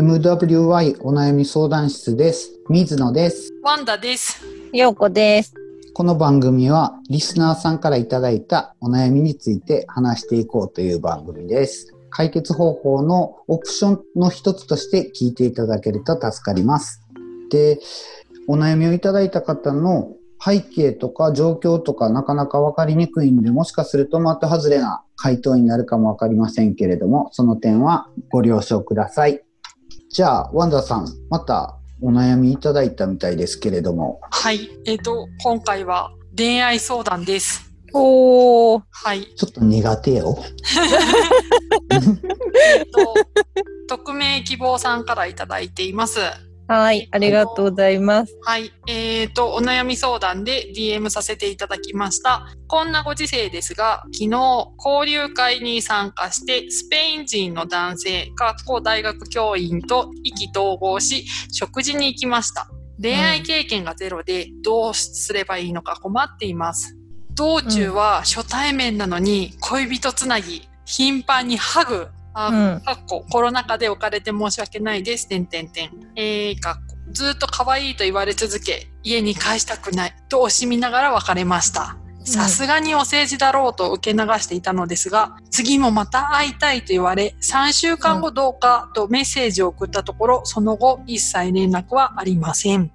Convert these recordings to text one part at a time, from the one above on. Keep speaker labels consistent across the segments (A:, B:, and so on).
A: MWI お悩み相談室です。水野です。
B: ワンダです。
C: ようこです。
A: この番組はリスナーさんからいただいたお悩みについて話していこうという番組です。解決方法のオプションの一つとして聞いていただけると助かります。で、お悩みをいただいた方の背景とか状況とかなかなか分かりにくいんで、もしかすると的外れな回答になるかも分かりませんけれども、その点はご了承ください。じゃあ、ワンダさん、またお悩みいただいたみたいですけれども、
B: はい。えっ、と、今回は恋愛相談です。
C: おお、
B: はい。
A: ちょっと苦手よ。
B: えっ、 と、匿名希望さんからいただいています。
C: はい、ありがとうございます。
B: はい。えっ、と、お悩み相談で DM させていただきました。こんなご時世ですが、昨日、交流会に参加して、スペイン人の男性、学校大学教員と意気投合し、食事に行きました。恋愛経験がゼロで、どうすればいいのか困っています。道中は初対面なのに、恋人つなぎ、頻繁にハグ、あ
C: うん、
B: かっこコロナ禍で置かれて申し訳ないです。てんてんてん。えー、かっこずっと可愛いと言われ続け、家に帰したくないと惜しみながら別れました。さすがにお世辞だろうと受け流していたのですが、次もまた会いたいと言われ、3週間後どうかとメッセージを送ったところ、その後一切連絡はありません。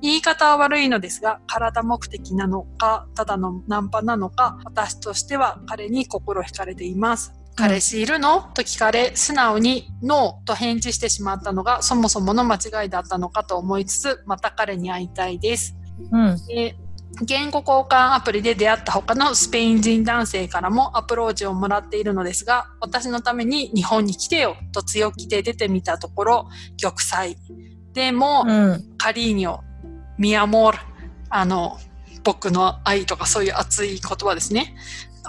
B: 言い方は悪いのですが、体目的なのか、ただのナンパなのか、私としては彼に心惹かれています。彼氏いるのと聞かれ、素直にノーと返事してしまったのがそもそもの間違いだったのかと思いつつ、また彼に会いたいです。
C: うん、
B: で言語交換アプリで出会った他のスペイン人男性からもアプローチをもらっているのですが私のために日本に来てよと強気で出てみたところ玉砕でも、
C: うん、
B: カリーニョミアモールあの僕の愛とかそういう熱い言葉ですね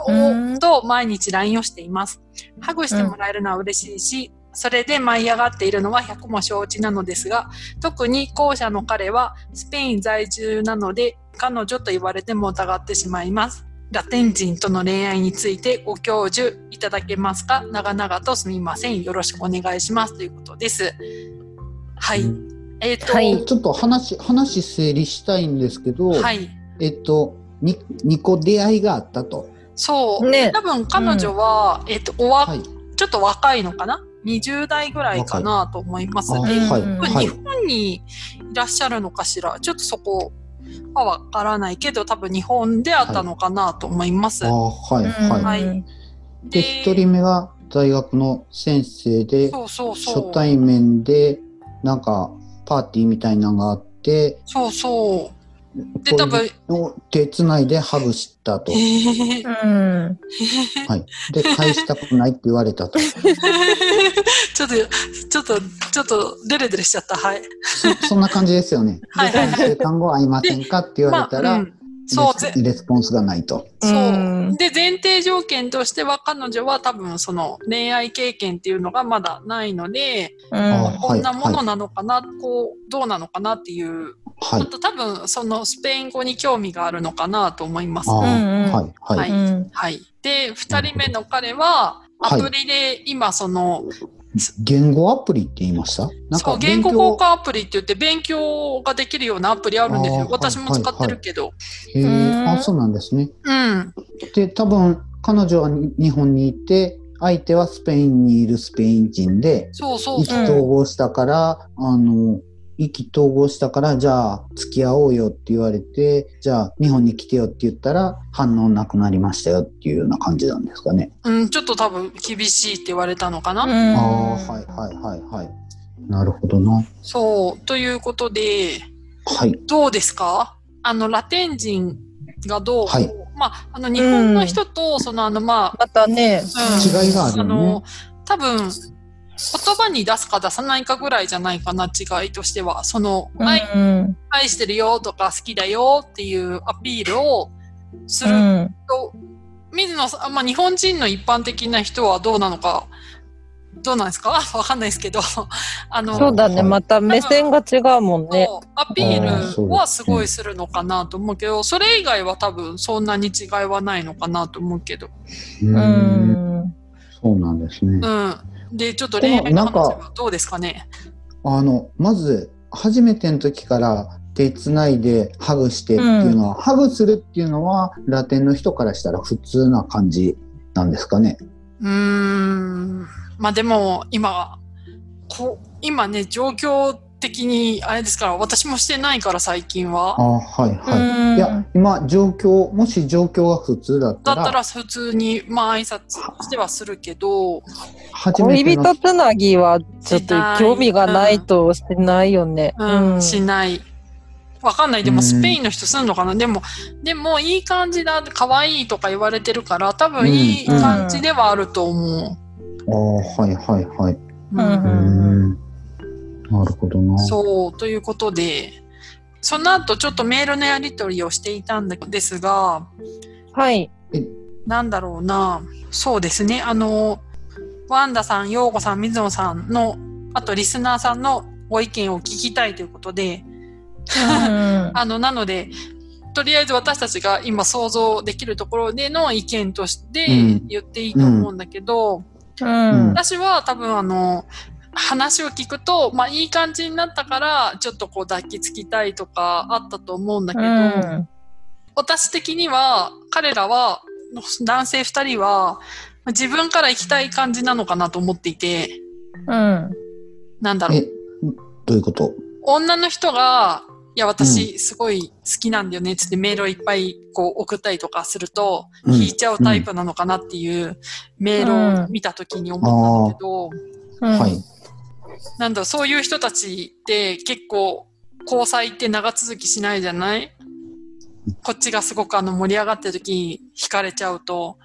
C: うん
B: をと毎日 LINE をしていますハグしてもらえるのは嬉しいし、それで舞い上がっているのは100も承知なのですが特に後者の彼はスペイン在住なので彼女と言われても疑ってしまいますラテン人との恋愛についてご教授いただけますか長々とすみませんよろしくお願いしますということですはい、えっ、と、
C: は
B: はいい。
A: ちょっと話、話整理したいんですけど、えっと、に2個出会いがあったと。
B: そう。
C: ね
B: 多分彼女は、えっ、と、おわ、
A: はい。
B: ちょっと若いのかな ?20 代ぐらいかなと思います
A: あ
B: ね。
C: うん
A: はい。
C: うん
A: は
B: 日
A: い。
B: 本にいらっしゃるのかしらちょっとそこはわからないけど、多分日本であったのかなと思います。
A: あはい。は
B: はい
C: うん
A: い。で、1人目が大学の先生で、
B: そうそうそう。
A: 初対面で、なんか、パーティーみたいなのがあって、
B: そうそう。で、多分、
A: の手つないでハグしたと。
B: えー
C: うん、
A: はい。で、返したくないって言われたと。
B: ちょっと、ちょっと、ちょっと、デレデレしちゃった。はい。
A: そそんな感じですよね。
B: はい
A: で、3週間後会いませんかって言われたら、
B: まあうん、そう、ぜ
A: レスレスポンスがないと。
B: そう
C: うん
B: で前提条件としては彼女は多分その恋愛経験っていうのがまだないので、
C: うん、
A: はい
B: こんなものなのかな、こうどうなのかなっていう、
A: はい
B: あ。と多分そのスペイン語に興味があるのかなと思います。
A: あ
B: は
C: うんうん
A: あ、はい、はい。
B: い、
C: うん、
B: はい、で2人目の彼はアプリで今その、
A: 言語アプリって言いましたなん
B: そ
A: か
B: う言語
A: 勉強
B: 交換アプリって言って勉強ができるようなアプリあるんです
A: あ
B: よ
A: ー
B: 私も使ってるけど、
A: へー
C: うん
A: あ、そうなんですね。
B: うん
A: で、多分、彼女はに日本にいて、相手はスペインにいるスペイン人で、
B: そうそう
A: 意
B: そ
A: 気
B: う、
A: 統合したから、あの、意気統合したから、じゃあ、付き合おうよって言われて、じゃあ、日本に来てよって言ったら、反応なくなりましたよっていうような感じなんですかね。
B: うん、ちょっと多分厳しいって言われたのかな、
A: ああ、はい、はい、はい、はい。なるほどな。
B: そうということで
A: はい。
B: どうですかあのラテン人がどう、
A: はい
B: まああの日本の人とそのあのまあ、
C: また
B: う
C: ね、
B: ん
A: 違いがあるよね
B: の多分言葉に出すか出さないかぐらいじゃないかな違いとしてはその、愛
C: うん、
B: 愛してるよとか好きだよっていうアピールをす
C: う
B: る
C: ん、
B: と、水野さん、まあ、日本人の一般的な人はどうなのかどうなんですか わかんないですけどあの
C: そうだね、また目線が違うもんね。
B: そうアピ
A: あー
B: ー
A: そう
B: ル
A: ですね
B: はすごいするのかなと思うけどそれ以外は多分そんなに違いはないのかなと思うけど、
A: う
C: う
A: ーん、
C: ん、
A: そうなんですね
B: う。ん、でちょっと恋愛
A: でも
B: の
A: なんか
B: 話はどうですかね
A: あの、まず、初めての時から手つないでハグしてっていうのは、ハグするっていうのは、ラテンの人からしたら普通な感じなんですかね。
B: うーん。まあでも、今、こう、今ね、状況的に、あれですから、私もしてないから最近
A: あ
B: は。
A: はいはい。
C: うん
A: いや、今、状況、もし状況が普通だった
B: だ
A: ら、
B: ったら普通に、まあ挨拶してはするけど、
A: 初めて
C: 恋
A: の
C: 人つなぎはちょっと興味がないとしてないよね。
B: うん、
C: うん
B: しない。わかんない。でも、
A: うん
B: スペインの人すんのかな、でも、でも、いい感じだ、可愛いとか言われてるから、多分いい感じではあると思
A: ああ、はいはいはい。
B: う。
C: うん
A: うーん。なるほどな。
B: そう、ということで、その後ちょっとメールのやり取りをしていたんですが、
C: はい。
B: なんだろうな、そうですね、あの、ワンダさん、ヨーゴさん、水野さんの、あとリスナーさんのご意見を聞きたいということで、あの、なので、とりあえず私たちが今想像できるところでの意見として
A: うん
B: 言っていいと思うんだけど、
C: うん
B: 私は多分あの話を聞くと、まあ、いい感じになったからちょっとこう抱きつきたいとかあったと思うんだけど、私的には彼らは男性2人は自分から行きたい感じなのかなと思っていて
C: うん。
B: なんだろう
A: え、どういうこと
B: 女の人が「いや私すごい好きなんだよね」っつってメールをいっぱいこう送ったりとかすると、
A: うん
B: 引いちゃうタイプなのかなっていうメールを見た時に思ったんだけど。
C: うん
A: はい。
B: なんだろうそういう人たちって結構交際って長続きしないじゃないこっちがすごくあの盛り上がってる時に惹かれちゃうと、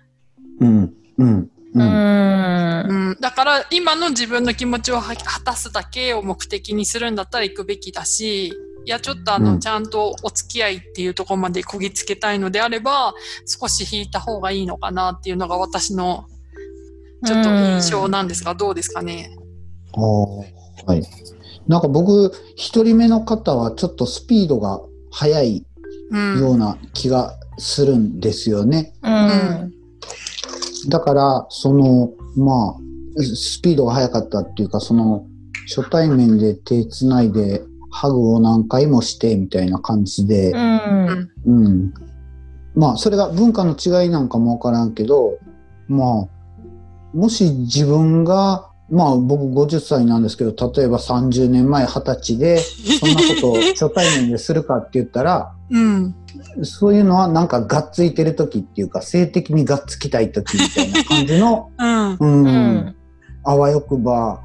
A: うん。うん。う
C: う
A: ん。
C: ん
B: うん、だから今の自分の気持ちをは果たすだけを目的にするんだったら行くべきだしいやちょっとあ
A: う
B: の
A: ん
B: ちゃんとお付き合いっていうところまでこぎつけたいのであれば少し引いた方がいいのかなっていうのが私のちょっと印象なんですが、どうですかね
A: ああ。はい。なんか僕、一人目の方はちょっとスピードが速い
B: うん
A: ような気がするんですよね。
C: うん
A: だから、その、まあ、スピードが速かったっていうか、その、初対面で手つないで、ハグを何回もしてみたいな感じで、
C: うん
A: うん。まあ、それが文化の違いなんかもわからんけど、まあ、もし自分が、まあ僕50歳なんですけど、例えば30年前20歳で、そんなことを初対面でするかって言ったら、
B: うん
A: そういうのはなんかがっついてる時っていうか、性的にがっつきたい時みたいな感じの、
B: う
A: う
B: ん
A: ん、
C: うん
A: あわよくば、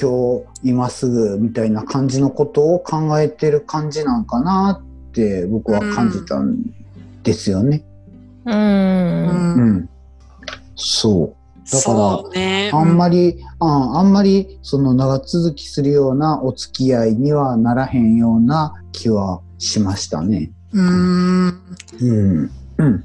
A: 今日、今すぐみたいな感じのことを考えてる感じなんかなって僕は感じたんですよね。
C: う
B: うんん
A: うん、そう。だから
B: そうね。
A: あんまり、ああんまり、その長続きするようなお付き合いにはならへんような気はしましたね。
B: うーん。
A: うん。うん。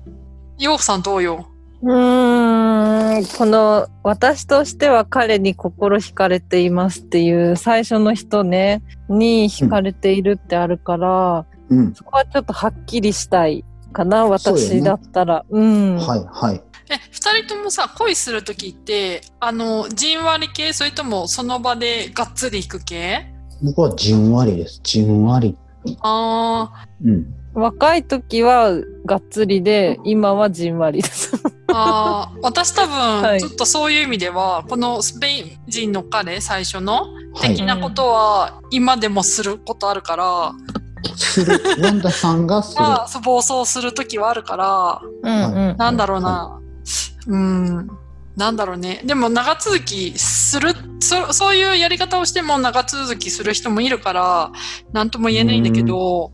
B: ようさんどうよ。
C: うーんこの私としては彼に心惹かれていますっていう最初の人ねに惹かれているってあるから、
A: うん。
C: そこはちょっとはっきりしたいかな
A: そうよ
C: 私
A: ね
C: だったらう,、ん、
A: はい、はい。
B: え、二人ともさ、恋するときって、あの、じんわり系、それともその場でがっつり行く系
A: 僕はじんわりです。じんわり。
B: あ
A: うん。
C: 若い時はがっつりで今はじんわりです。
B: ーあー、私多分、
C: はい
B: ちょっとそういう意味では、このスペイン人の彼、最初の、
A: は
B: 的
A: い。
B: なことは、今でもすることあるから、
A: する。ワンダさんがする。
B: まあ、そう暴走するときはあるから、
C: うんうん
B: なんだろうな。うん。なんだろうね。でも長続きする、そそういうやり方をしても長続きする人もいるから、なんとも言えないんだけど、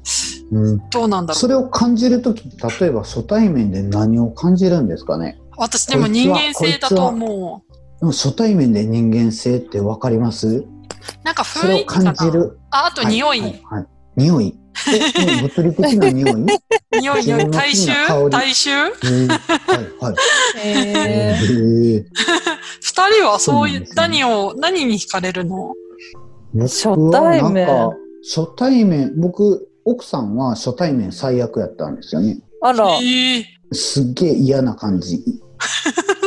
A: うん。
B: どうなんだろ
A: それを感じるとき、例えば初対面で何を感じるんですかね
B: う。私でも人間性だと思う。
A: でも初対面で人間性ってわかります
B: なんか
A: そ
B: 雰
A: れ
B: 囲
A: を
B: 気か
A: 感じ
B: な。
A: る。
B: あ、あと匂い。
A: はははい匂い。えうん物理的な匂い。 うん
B: 匂い匂い。
A: 自分の好
B: 体
A: き
B: 臭
A: な香り
B: 体臭
A: はいはい。
C: へー
A: へえ
B: 二人はそうい
A: そうなん
B: う、
A: ですね
B: 何を、何に惹かれるの
A: 僕
C: 初
A: はな
C: 対
A: ん
C: 面
A: か初対面、僕、奥さんは初対面最悪やったんですよね。
C: あら、
B: ええ
A: すっげえ嫌な感じ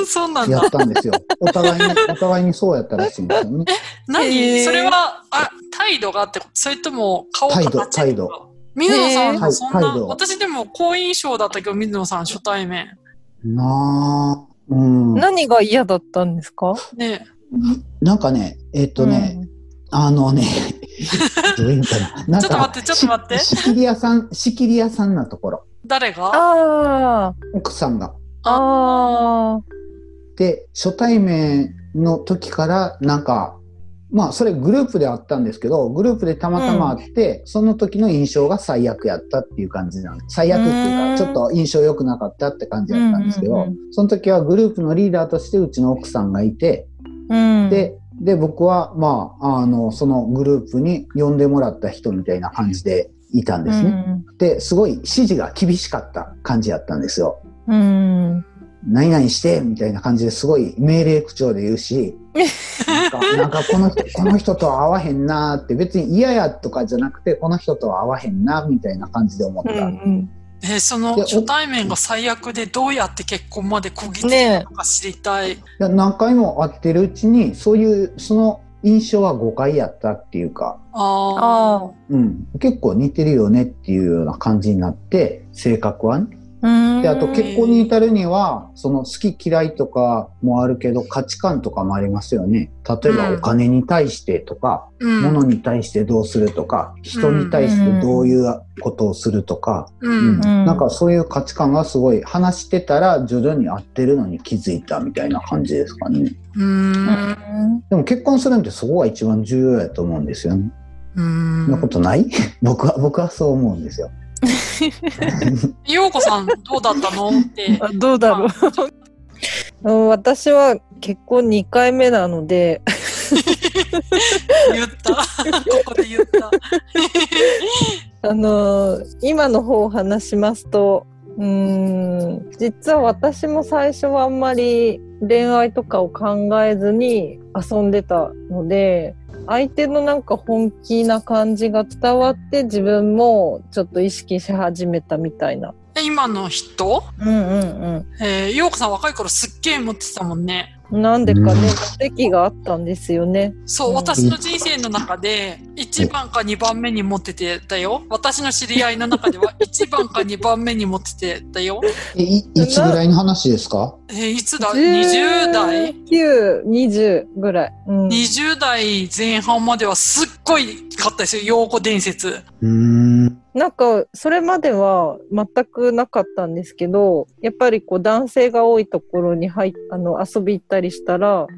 B: そうなん
A: や
B: だ。
A: ったんですよ。お互いに、お互いにそうやったらしいんですよね。
B: 何、
C: へえ
B: それは、あ、態度があってことそれとも顔
A: 態度
B: 形とか水野さん
A: ねえ
B: はそん
A: は
B: な、
A: い態度
B: 私でも好印象だったけど水野さん初対面
A: なあ、うん。な
C: 何が嫌だったんですか
B: ね
A: んかね、えっ、とね、あの ね、どういうのかな。なんか
B: ちょっと待ってちょっと待って
A: し仕切り屋さん、仕切り屋さんなところ。
B: 誰が
C: あ
A: 奥さんが。
C: あ、あ
A: で、初対面の時から、なんか、まあ、それグループであったんですけど、グループでたまたま会って、その時の印象が最悪やったっていう感じなんです。最悪っていう
C: うー
A: か、
C: ん
A: ちょっと印象良くなかったって感じだったんですけど、
C: うんうんう
A: その時はグループのリーダーとしてうちの奥さんがいて、
C: あ、うん。、
A: で、で、僕は、まあ、あの、そのグループに呼んでもらった人みたいな感じでいたん
C: う
A: ですね。
C: ん。
A: で、すごい指示が厳しかった感じだったんですよ。
C: うん。
A: 何々してみたいな感じですごい命令口調で言う し、なんかなんかこの人、この人とは合わへんなーって、別に嫌やとかじゃなくて、この人とは合わへんなみたいな感じで思っ
C: う
A: た。
C: ん。
B: えその
A: いやお
B: 初対面が最悪でどうやって結婚までこぎつけたのか知りたい、
A: で何回も会ってるうちに、そういう、その印象は誤解やったっていうか、
B: あ
C: あ
A: うん、結構似てるよねっていうような感じになって性格はね。
C: あ。うん。
A: であと結婚に至るにはその好き嫌いとかもあるけど価値観とかもありますよね。例えば
B: うん
A: お金に対してとか、
B: あうん
A: 物に対してどうするとか人に対してどういうことをするとか、
B: う
A: うん
B: ん
A: なんかそういう価値観がすごい話してたら徐々に合ってるのに気づいたみたいな感じですかね。
B: うーん
A: でも結婚するんってそこが一番重要やと思うんですよね。
B: う
A: そんなこ
B: ん
A: とない 僕は僕はそう思うんですよ。
B: ようこさんどうだったのって
C: あどうだろううん。私は結婚2回目なので、
B: 言ったここで言った
C: あのー今の方を話しますと、うーん、実は私も最初はあんまり恋愛とかを考えずに遊んでたので、相手のなんか本気な感じが伝わって自分もちょっと意識し始めたみたいな。
B: え今の人
C: うんうん
B: えー、ようこさん若い頃すっげえ持ってたもんね
C: うん。なんでかね
A: うん、
C: 席があったんですよね。
B: そう、
C: うん
B: 私の人生の中で1番か2番目に持っててたよ私の知り合いの中で は1番か2番目に持っててたよ
A: えいいつぐらいの話ですか
B: えーいつだ20代
C: ?9,20 ぐらい。うん、
B: 20代前半まではすっごいかったですよ陽子伝説
A: うーん。
C: なんか、それまでは全くなかったんですけど、やっぱりこう男性が多いところに入っあの遊び行ったりしたら、
A: はい。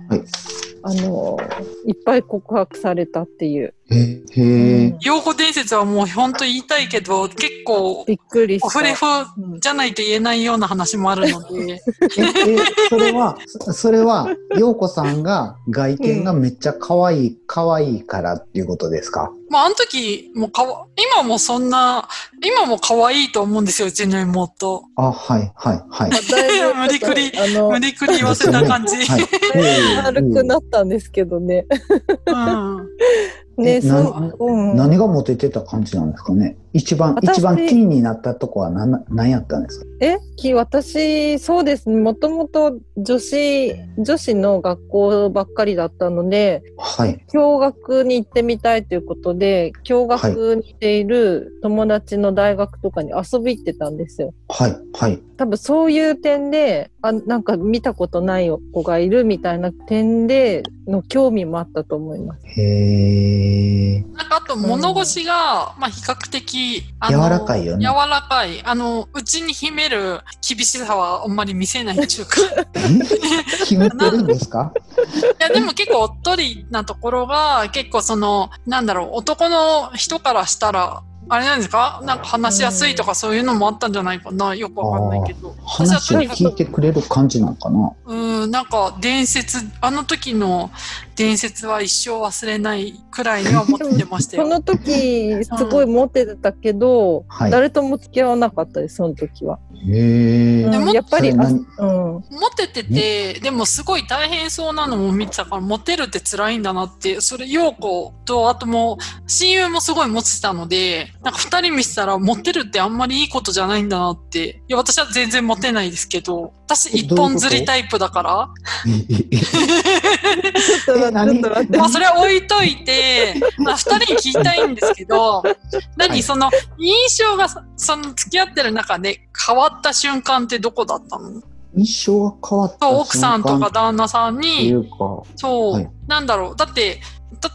C: あの、いっぱい告白されたっていう。
A: へえ。
B: 陽子伝説はもうほんと言いたいけど結構
C: びっくりした。
B: オフレフ
C: うん
B: じゃないと言えないような話もあるので
A: え、え、それは、そそれは、洋子さんが外見がめっちゃ可愛い、可愛いからっていうことですか
B: まああの時もかわ今もそんな今も可愛いと思うんですようちの妹
A: あ、はい、はい、 はい。
C: まあだ いぶ
B: 無理くり
C: あの
B: 無理くり言わせた感じ、
A: はい。いやいやいや
C: 丸くなったんですけどね。
B: うん
A: え
C: ね、
A: な
C: そう、うん。
A: 何がモテてた感じなんですかね一番、
C: 私
A: 一番キーになったとこは何な、何やったんですか
C: えき私そうですねもともと女子女子の学校ばっかりだったので
A: はい。
C: 共学に行ってみたいということで共学にしている友達の大学とかに遊び行ってたんですよ。
A: はい、はい。
C: 多分そういう点であなんか見たことない子がいるみたいな点での興味もあったと思います。
A: へえ。
B: なんかあと物腰が、まあ比較的あ
A: 柔らかいよね
B: 柔らかいあのうちに秘める厳しさはあんまり見せないっていうかい
A: 決めてるんですか
B: やでも結構おっとりなところが結構そのなんだろう男の人からしたらあれなんですかなんか話しやすいとかそういうのもあったんじゃないかなよくわかんないけど私は
A: 話
B: と
A: を
B: にかく
A: 聞いてくれる感じなのかな
B: うんなんか伝説あの時の伝説は一生忘れないくらいには思ってました
C: そ
B: よ。
C: の時すごいモテてたけど、
A: はい。
C: 誰とも付き合わなかったですその時は。
A: へえ。
B: で
C: う
B: も
C: ん、やっぱり
A: それ
C: あ
A: 何
C: うん
B: モテてて、でもすごい大変そうなのも見てたから、モテるって辛いんだなって、それ、陽子と、あともう、親友もすごいモテてたので、なんか二人見てたら、モテるってあんまりいいことじゃないんだなって。いや、私は全然モテないですけど、私
A: え
B: 一本釣りタイプだから、
A: 何
C: ちょっと待って、ちょっと待って
B: まあ、。それは置いといて、まあ、二人に聞きたいんですけど、
A: は
B: 何、
A: い
B: その、印象が、そその、付き合ってる中で変わった瞬間ってどこだったの
A: 印象が変わった
B: そう、奥さんとか
A: だ
B: 旦那さん
A: ってい
B: に、
A: うか、
B: そう、
A: はい
B: なんだろう。だって、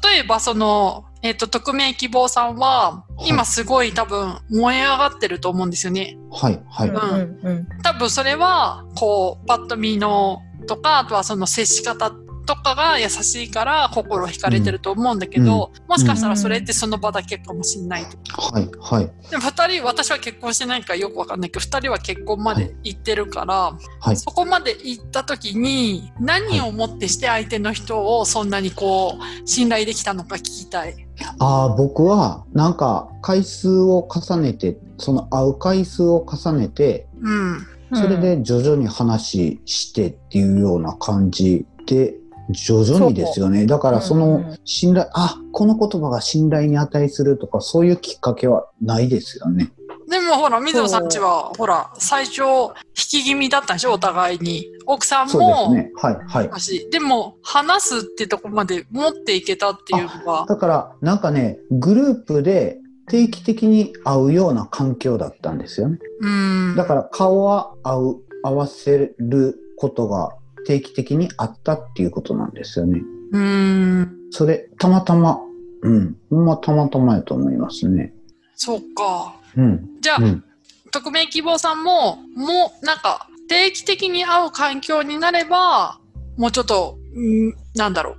B: 例えばその、えっ、と、匿名希望さんは、今すごい多分、燃え上がってると思うんですよね。
A: はいは
C: う
A: い、
C: んうんうん
B: 多分それはこうパッと見のとかあとはその接し方とかが優しいから心惹かれてると思うんだけど、もしかしたらそれってその場だけかもしれないと、
A: はいはい
B: でも2人私は結婚してないからよくわかんないけど2人は結婚まで行ってるから、
A: はい
B: そこまで行った時に何をもってして相手の人をそんなにこう信頼できたのか聞きたい。
A: ああ僕はなんか回数を重ねてその会う回数を重ねて
B: うん、
A: それで徐々に話してっていうような感じで徐々にですよねだからそ
C: うんう
A: の
C: ん
A: 信頼、あこの言葉が信頼に値するとかそういうきっかけはないですよね
B: でもほら、水野さんちは、ほら、最初、引き気味だったんでしょお互いに。奥さん
A: そう
B: も、
A: ですねはいはい
B: だしでも、話すってとこまで持っていけたっていうのは、
A: だからなんかねグループで定期的に会うような環境だったんですよね
B: うん。
A: だから顔は合う合わせることが定期的にあったっていうことなんですよね
B: うん。
A: それたまたまうんほんまたまたまやと思いますね
B: そうか。
A: うん
B: じゃあ、
A: うん
B: 匿名希望さんも、もう、なんか、定期的に会う環境になれば、もうちょっと、うんなんだろう、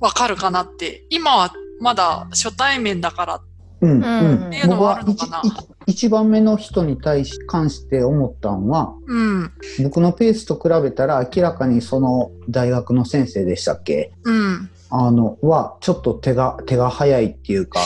B: わかるかなって。今は、まだ初対面だから。
A: うん
C: う
A: うんん
C: って
B: いうの
A: 僕
B: もあ
A: は
B: るのかな
A: 1番目の人に対し関して思ったんは
B: うん。
A: 僕のペースと比べたら明らかにその大学の先生でしたっけ
B: うん。
A: あのはちょっと手が手が早いって いうか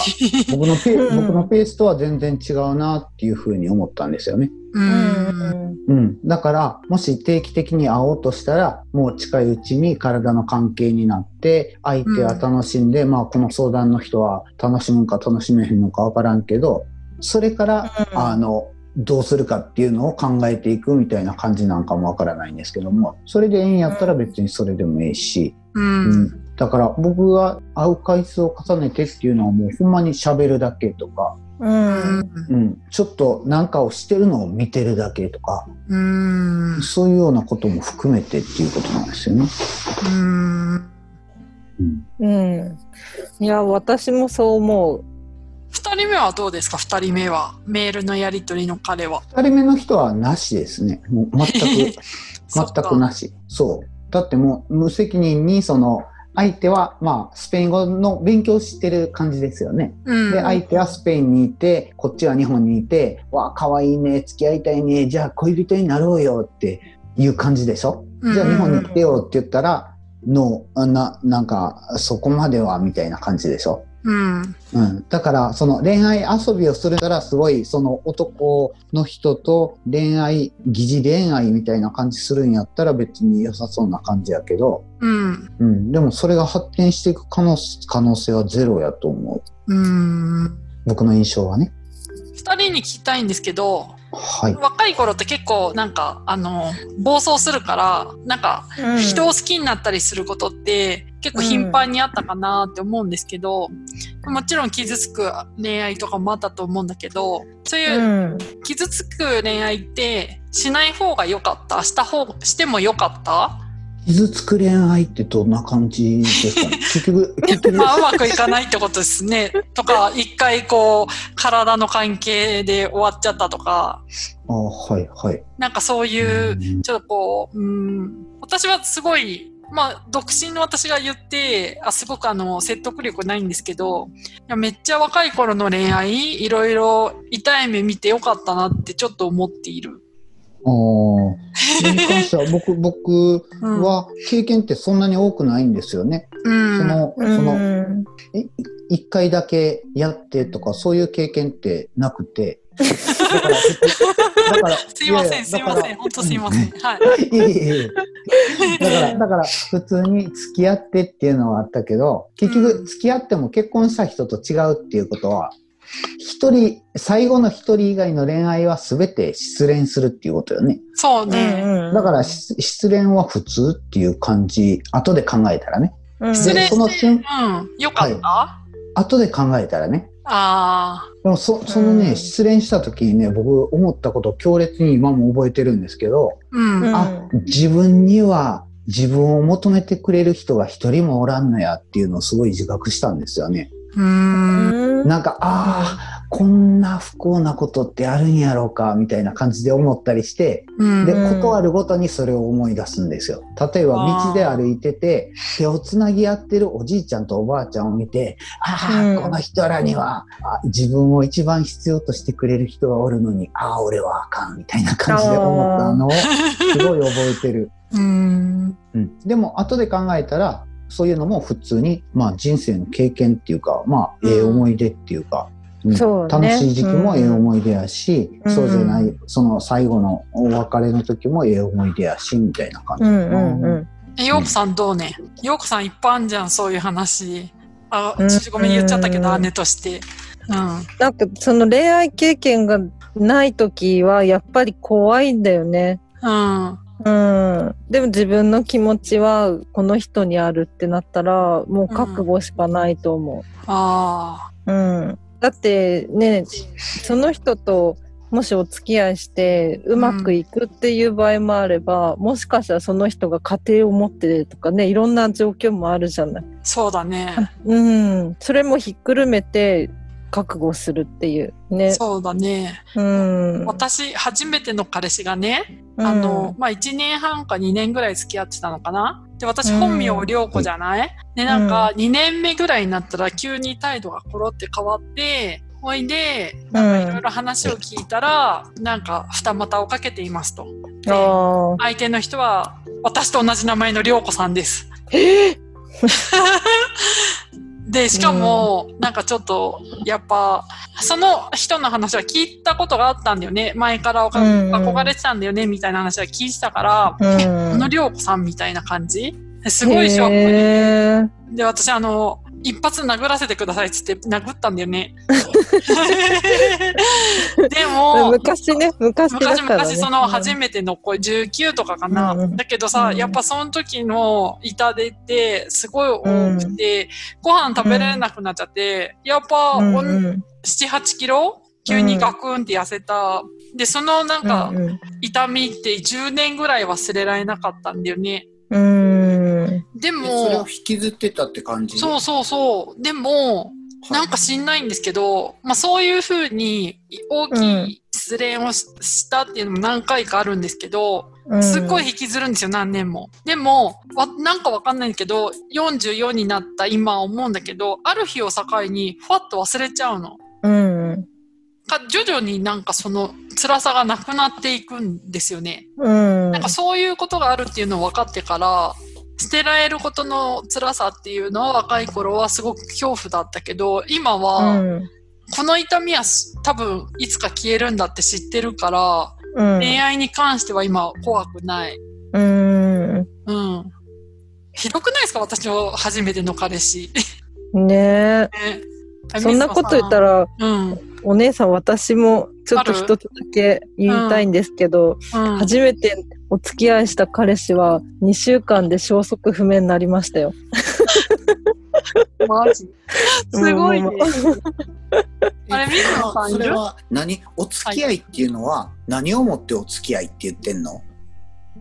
A: 僕のペ
C: うん
A: 僕のペースとは全然違うなっていうふうに思ったんですよね。
B: う
C: うん
B: ん。
C: うん
A: うん、だからもし定期的に会おうとしたらもう近いうちに体の関係になって相手は楽しんで、まあこの相談の人は楽しむんか楽しめへんのか分からんけどそれから、
C: うん
A: あのどうするかっていうのを考えていくみたいな感じなんかも分からないんですけどもそれでええんやったら別にそれでもええし、
B: う。
A: うんん、だから僕が会う回数を重ねてっていうのはもうほんまに喋るだけとか、
C: うん
A: うん、ちょっと何かをしてるのを見てるだけとか、
B: うん。うん
A: そういうようなことも含めてっていうことなんですよね。
B: うん
A: うん、
C: うんいや私もそう思う
B: 二人目はどうですか二人目はメールのやり取りの彼は
A: 2人目の人はなしですね。もう全 く全くなし。そう。だってもう無責任にその相手はまあスペイン語の勉強してる感じですよね。
B: うん
A: で相手はスペインにいてこっちは日本にいて「わあ可愛いね付き合いたいねじゃあ恋人になろうよ」っていう感じでしょ、じゃあ日本に来てよって言ったら「のあななんかそこまでは」みたいな感じでしょ、
B: うん
A: うん、だからその恋愛遊びをするからすごいその男の人と恋愛疑似恋愛みたいな感じするんやったら別に良さそうな感じやけど、
B: うん
A: うん、でもそれが発展していく可能可能性はゼロやと思う
B: うん
A: 僕の印象はね。
B: 二人に聞きたいんですけど
A: はい
B: 若い頃って結構なんかあの暴走するからなんか人を好きになったりすることって結構頻繁にあったかなって思うんですけど、もちろん傷つく恋愛とかもあったと思うんだけどそういう
C: うん
B: 傷つく恋愛ってしない方が良かったした方しても良かった
A: 傷つく恋愛ってどんな感じです かね結局、結局、
B: まあ、うまくいかないってことですね。とか、一回こう、体の関係で終わっちゃったとか、
A: あはいはい。
B: なんかそういう、ちょっとこう、うん、私はすごい、まあ、独身の私が言って、あ、すごくあの、説得力ないんですけど、いやめっちゃ若い頃の恋愛、いろいろ痛い目見てよかったなってちょっと思っている。
A: あーそれに関しては僕、僕
B: うん、
A: は経験ってそんなに多くないんですよね。
B: うん
A: その、
C: うん
A: その、一回だけやってとか、そういう経験ってなくて。だから、だから
B: すいませ
A: や
B: ん、
A: や
B: すい
A: だ
B: ま
A: か
B: せ
A: ら
B: ん、本当すいません。はい。
A: いえいえいえだから、だから普通に付き合ってっていうのはあったけど、結
B: うん
A: 局付き合っても結婚した人と違うっていうことは一人、最後の一人以外の恋愛は全て失恋するっていうことよね。
B: そうね。
A: だから、し失恋は普通っていう感じ、後で考えたらね。
C: ら
B: 失
A: で
B: 礼
A: その
B: して、
A: 瞬
B: うん。よかった、
A: 後で考えたらね。
B: あ
A: でもそその
C: う
A: ね、
C: ん
A: 失恋した時にね、僕思ったことを強烈に今も覚えてるんですけど、
B: ーうん。
C: うん
A: あ、自分には自分を求めてくれる人が一人もおらんのやっていうのをすごい自覚したんですよね。
B: うーん。
A: なんか、ああ、こんな不幸なことってあるんやろうか、みたいな感じで思ったりして、
B: うん。
A: で、
B: うん
C: うん
A: ことあるごとにそれを思い出すんですよ。例えば
B: あ
A: 道
B: ー
A: で歩いてて、手をつなぎ合ってるおじいちゃんとおばあちゃんを見て、あ
C: う
A: あ、
C: ん
A: この人らには、あ自分を一番必要としてくれる人がおるのに、ああ、俺はあかん、みたいな感じで思ったのを、すごい覚えてる。
B: うん。
A: うん、でも後で考えたらそういうのも普通に、まあ、人生の経験っていうか、まあ、
B: うん
A: ええ思い出っていうか、うん
C: そうね
A: 楽しい時期もええ思い出やし、
C: うん
A: そうじゃないその最後のお別れの時もええ思い出やしみたいな感じ。
C: うんうんうん。
B: え、ようこさんどうねようこさんいっぱいあんじゃん、そういう話。あ、
C: うん
B: ちょっとごめん言っちゃったけど、
C: うん
B: 姉として。うん。
C: なんかその恋愛経験がない時はやっぱり怖いんだよね。
B: うん。
C: うん、でも自分の気持ちはこの人にあるってなったらもう覚悟しかないと思
B: あ
C: う、うん、だってねその人ともしお付き合いしてうまくいくっていう場合もあれば、もしかしたらその人が家庭を持ってるとかねいろんな状況もあるじゃない、
B: あ、そうだね。
C: うん、それもひっくるめて覚悟するっていうね
B: そうだね。
C: うん
B: 私、初めての彼氏がね、あの、、まあ、1年半か2年ぐらい付き合ってたのかな。で、私、
C: うん
B: 本名、良子じゃない、で、なんか、2年目ぐらいになったら、急に態度がコロって変わって、ほいで、
C: うん、
B: いろいろ話を聞いたら、なんか、二股をかけていますと。で
C: あ
B: 相手の人は、私と同じ名前の涼子さんです。 で、しかも、なんかちょっと、やっぱ、その人の話は聞いたことがあったんだよね。前からおか
C: うんうん
B: 憧れてたんだよね、みたいな話は聞いてたから、
C: あ、
B: こ
C: うん
B: の涼子さんみたいな感じですごいショックで。
C: へー
B: で、私、あの、一発殴らせてくださいっつって殴ったんだよ ね。でも、
C: 昔ね、昔だから、
B: 昔
C: ね。
B: 昔その初
C: め
B: めての子19とかかな、
C: うんうん
B: だけどさ、
C: うん
B: やっぱその時の痛手ってすごい多くて、ご飯食べれなくなっちゃって、やっぱ、
C: うん
B: おん、
C: うん
B: 78キロ急にガクンって痩せた。で、そのなんか
C: うん
B: 痛みって10年ぐらい忘れられなかったんだよね。
C: うんうん
B: で
A: えそれを
B: も、
A: 引きずってたって感じ
B: そうそうそう。で
A: は
B: も、
A: い
B: なんか知んないんですけど、まあそういうふうに大きい失恋をししたっていうのも何回かあるんですけど、
C: うん
B: すっごい引きずるんですよ、何年も。でも、わなんかわかんないけど、44になった今思うんだけど、ある日を境に、ふわっと忘れちゃうの。
C: うん
B: か徐々になんかその辛さがなくなっていくんですよね。
C: うん
B: なんかそういうことがあるっていうのを分かってから、捨てられることの辛さっていうのは若い頃はすごく恐怖だったけど、今は、
C: うん
B: この痛みは多分いつか消えるんだって知ってるから、
C: うん
B: 恋愛に関しては今怖くない。
C: うん
B: うん。ひどくないですか私の初めての彼氏。
C: ね
B: ね
C: え そんなこと言った。ら
B: うん。
C: お姉さん私もちょっと一つだけ言いたいんですけど、
B: うん、
C: 初めてお付き合いした彼氏は2週間で消息不明になりましたよ。
B: マジ。すごいね
C: もうもう。
B: あれ、水野さんい
A: それ
B: る
A: は何お付き合いっていうのは何をもってお付き合いって言ってんの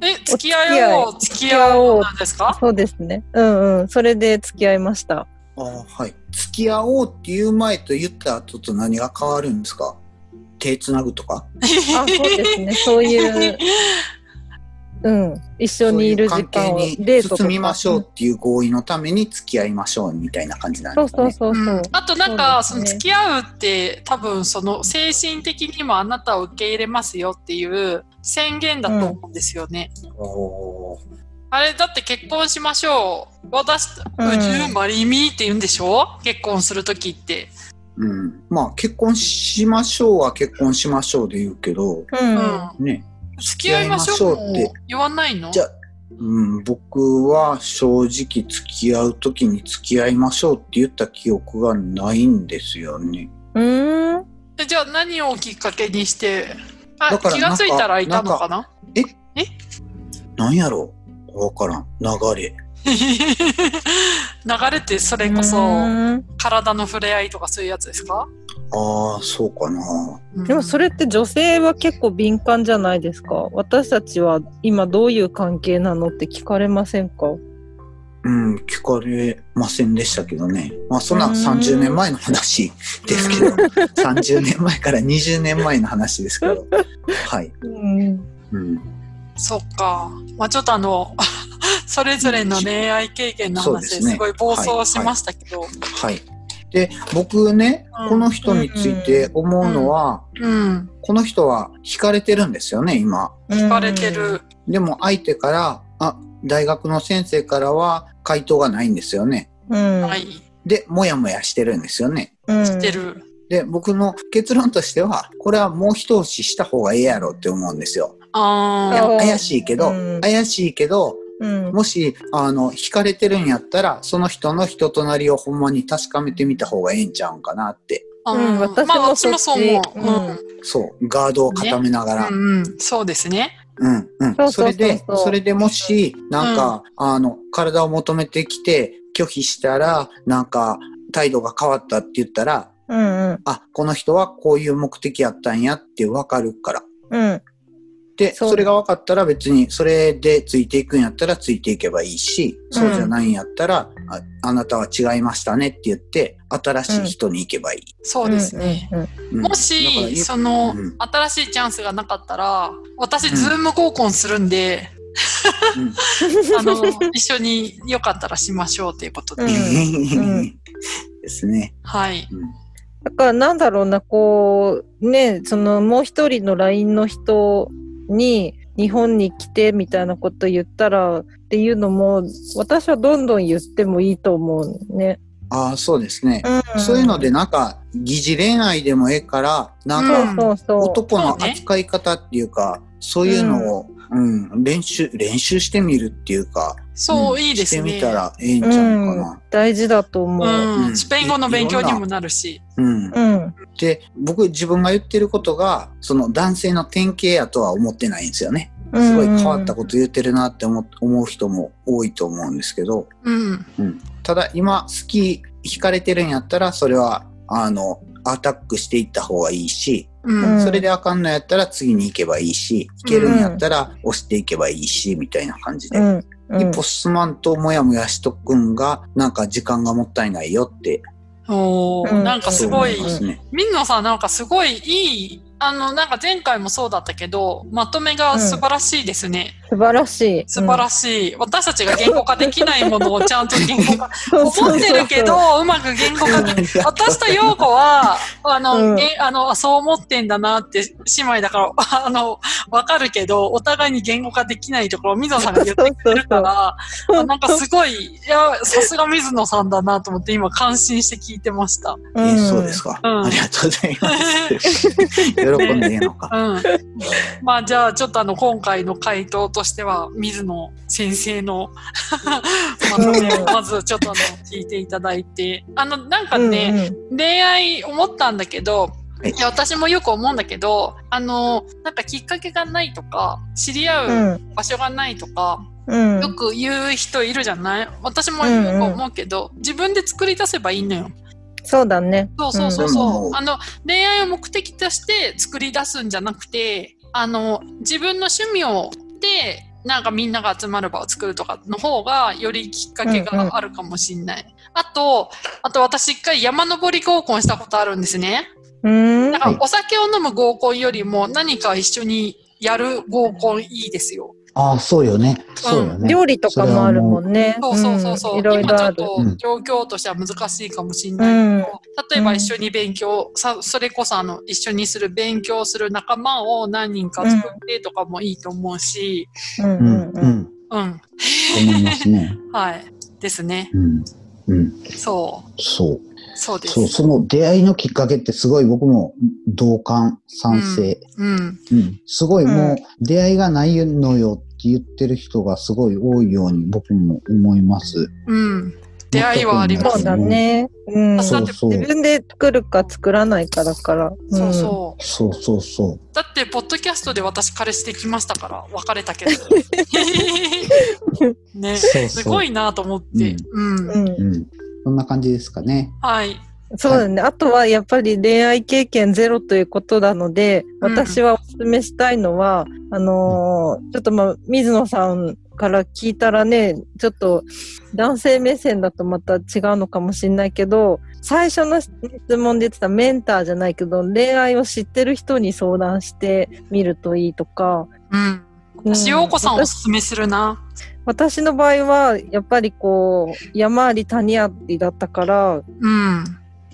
B: え、付き合おう、付き合おうなんですか
C: そうですね。うんうん。それで付き合いました。
A: ああはい付き合おうっていう前と言った後と何が変わるんですか手つなぐとか
C: あ、そうですね。 そういう、うん。一緒にいる時間を
A: そういう関係に
C: デートとか
A: 進みましょうっていう合意のために付き合いましょうみたいな感じなんで
C: そう
A: すか
C: そう
A: ね
C: そうそう。
B: うんあとなんかそ,、
C: そうですね
B: の付き合うって多分その精神的にもあなたを受け入れますよっていう宣言だと思うんですよね、
A: おー
B: あれだって結婚しましょう私「
C: うん
B: 宇宙マリミ」って言うんでしょ結婚する時って
A: うんまあ結婚しましょうは結婚しましょうで言うけど
C: うん
B: うん
A: ね
B: 付き合いましょうって言わないの
A: じゃあうん、僕は正直付き合う時に付き合いましょうって言った記憶がないんですよね。
C: ううーん。
B: えじゃあ何をきっかけにして、あ
A: だから
B: 気がついたらいたのかな
A: なんやろうわからん。流れ。
B: 流れってそれこ
C: う
B: そ
C: ーん
B: 体の触れ合いとかそういうやつですか、
A: ああ、そうかな。
C: でもそれって女性は結構敏感じゃないですか。私たちは今どういう関係なのって聞かれませんか
A: うん、聞かれませんでしたけどね。まあ、そんな
C: うん
A: 30年前の話です けど、30年前から20年前の話ですけど。はい。
C: うん。
A: うん、
B: そっか。まあちょっとあの、それぞれの恋愛経験の
A: そうで
B: 話
A: す
B: で
A: ね
B: すごい暴走しましたけど。
A: はい。で、僕ね、
B: うん
A: この人について思うのは、
B: うん。
A: この人は惹かれてるんですよね、今。
C: 聞
B: 聞かれてる。。
A: でも相手から、あ、大学の先生からは回答がないんですよね。
C: うん。
B: はい。
A: で、もやもやしてるんですよね。
C: うん。
B: してる。
A: で、僕の結論としては、これはもう一押しした方がええやろって思うんですよ。いや
B: あ
C: うん
A: 怪しいけど、
C: うん
A: 怪しいけど、
C: うん。
A: もし、あの、惹かれてるんやったら、その人の人となりをほんまに確かめてみた方がええんちゃうんかなって。
B: あ。
C: うん私
B: ま
C: も
B: あ私もそう思う。
C: そっ
A: そう、ガードを固めながら。
B: うん。うんうん。そうですね。
A: うん、うん。
C: そ
A: そ
C: うそうそうそう
A: れで、それでもし、なんか、あの、体を求めてきて、拒否したら、なんか、態度が変わったって言ったら、
C: うんうん。
A: あ、この人はこういう目的やったんやってわかるから。
C: うん。
A: で、
C: そう
A: それが分かったら別に、それでついていくんやったらついていけばいいし、そうじゃないんやったら、ああなたは違いましたねって言って、新しい人に行けばいい。
B: そうですね。
C: うん。
A: うんだか
B: も
A: ら
B: し、
A: ゆ
B: その
A: うん、
B: 新しいチャンスがなかったら、私、ズーム合コンするんで、
A: うん
B: あの、 一緒によかったらしましょうということで。
C: うんうん
A: ですね。
B: はい。
A: うん
C: だからなんだろうな、こう、ね、そのもう一人の LINE の人に日本に来てみたいなこと言ったらっていうのも、私はどんどん言ってもいいと思うね。
A: ああ、そうですね。
C: うん
A: そういうので、なんか、疑似恋愛でもええから、なんか、
B: うん
C: そうそう
A: 男の扱い方っていうか、そういうのを、うん、練習、練習してみるっていうか、
B: そう、
A: ん
B: いいですね。
A: してみたらええんち
C: そう。
A: ゃう
C: う
A: か
C: ん
A: な。、
C: 大事だと思う。
B: う、
A: うんん
B: スペイン語の勉強にもなるし。
A: うん
C: うん。
A: で僕自分が言ってることがその男性の典型やとは思ってないんですよねすごい変わったこと言ってるなって思思う人も多いと思うんですけど、
B: うん。
A: うん、ただ今好き惹かれてるんやったらそれはあのアタックしていった方がいいし、
B: うん。
A: それであかんのやったら次に行けばいいし行けるんやったら押していけばいいしみたいな感じで、
C: うん。うん。
A: 一歩進まんとモヤモヤしとくんがなんか時間がもったいないよって
B: おー
C: うん
B: なんか
A: そ
B: す
A: う思
B: ごい
A: い、ますね。
B: 水野さんなんかすごいいい、あの、なんか前回もそうだったけど、まとめが素晴らしいですね。
C: 素晴らしい。
B: 素晴らしい。私たちが言語化できないものをちゃんと言語化、
C: しい。そうそう
B: 思ってるけど、うまく言語化 で私と陽子は、あの、
C: うん
B: え、あの、そう思ってんだなって姉妹だから、 あの、わかるけど、お互いに言語化できないところを水野さんが言ってくれるから、あなんかすごい、いや、さすが水野さんだなと思って今感心して聞いてました。
C: う
A: え
C: ん
A: そうですか、
B: うん
A: ありがとうございます。喜んでいいのか。
B: うん。まあじゃあちょっとあの、今回の回答としては、水野先生 のまとめをまずちょっとあの、聞いていただいて、あの、なんかね、恋愛思ったんだけど、
A: はい
B: い、や私もよく思うんだけどあのなんかきっかけがないとか知り
C: う
B: 合うん
C: うん
B: 場所がないとか、
C: うん
B: よく言う人いるじゃない私もよく思うけど、自分で作り出せばいいのよ。
C: そうだね。
B: そうそうそうそう、
A: うん
B: あの恋愛を目的として作り出すんじゃなくてあの自分の趣味をでなんかみんなが集まる場を作るとかの方がよりきっかけがあるかもしんない。あとあと私一回山登り合コンしたことあるんですね。
C: うん。
B: だからお酒を飲む合コンよりも何か一緒にやる合コンいいですよ。
A: ああ、そうよね。そうよね。
C: 料理とかもあるもんね。
B: そうそうそうそう。
C: んいろい
B: 今
C: ろ
B: ちょ
C: あ
B: っ
C: る。
B: と状況としては難しいかもしれ
C: う
B: ない。
C: ん。
B: 例えば一緒に勉強、さそれこそあの一緒にする勉強する仲間を何人か作ってとかもいいと思うし、
C: うん
A: うん、
C: う
A: うんん。
B: うん、
A: 思いますね。
B: はい。ですね。
A: うん。うん。
B: そう。
A: そう。
B: そうです。
A: そう、その出会いのきっかけってすごい僕も同感、賛成。
B: うん。
A: うん。すごいもう、
C: う
A: 出会いがないのよって言ってる人がすごい多いように僕も思います。
B: うん。出会いはありま
C: そう
B: す。
C: だね。うん。
B: そ
C: 自
B: う
A: そう
C: 分で作るか作らないかだから。
B: そう
C: う。
B: そう。
A: そうそうそう。
B: だって、ポッドキャストで私彼氏できましたから、別れたけど。ね、
A: そうそう
B: すごいなと思って。うん。
C: うん。
A: うん。そんな感じですかね。
B: はい。
C: そうだね。あとはやっぱり恋愛経験ゼロということなので、
B: うん
C: 私はお勧めしたいのは、あのーちょっとまあ、水野さんから聞いたらね、ちょっと男性目線だとまた違うのかもしれないけど、最初の質問で言ってたメンターじゃないけど、恋愛を知ってる人に相談してみるといいとか、
B: うん。
C: うん
B: 塩子さんおすすめするな。
C: 私の場合は、やっぱりこう、山あり谷ありだったから、
B: うん。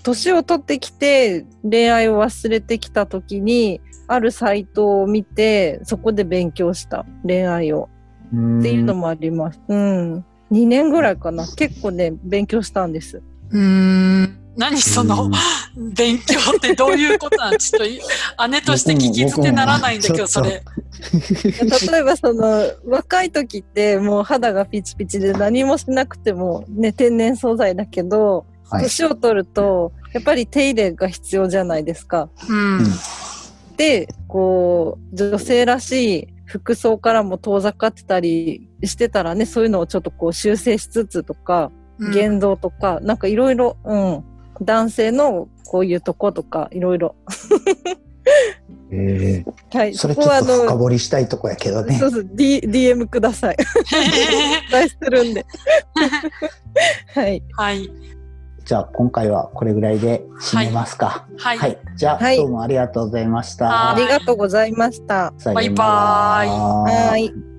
C: 年を取ってきて恋愛を忘れてきた時にあるサイトを見てそこで勉強した恋愛を
A: っ
C: っていうのもあります。うん、2年ぐらいかな結構ね勉強したんです。
B: うーん。何その、勉強ってどういうことなんちょっ とい、姉として聞き捨てならないんだけど、
A: 僕
B: そ
A: も僕も
B: れ。
C: 例えば その若い時ってもう肌がピチピチで何もしなくてもね天然素材だけど
A: はい。
C: 年を取るとやっぱり手入れが必要じゃないですか。
B: うん。
C: でこう女性らしい服装からも遠ざかってたりしてたらねそういうのをちょっとこう修正しつつとか
B: うん
C: 言動とか、なんかいろいろうん男性のこういうとことかいろいろ
A: え
C: はい
A: ーそれ
C: そ
A: ち
C: こ
A: ょっ
C: はあ
A: と深
C: の
A: 掘りしたいとこやけどね
C: そ。うそう D DM ください お願いする んではい
B: はい。
A: じゃあ今回はこれぐらいで締めますか。
B: はい。
A: はい。じゃあ
C: はい
A: どうもありがとうございまし
B: は
A: た
C: あ。りがとうございました
A: さようなら
B: バイバーイ
C: はい。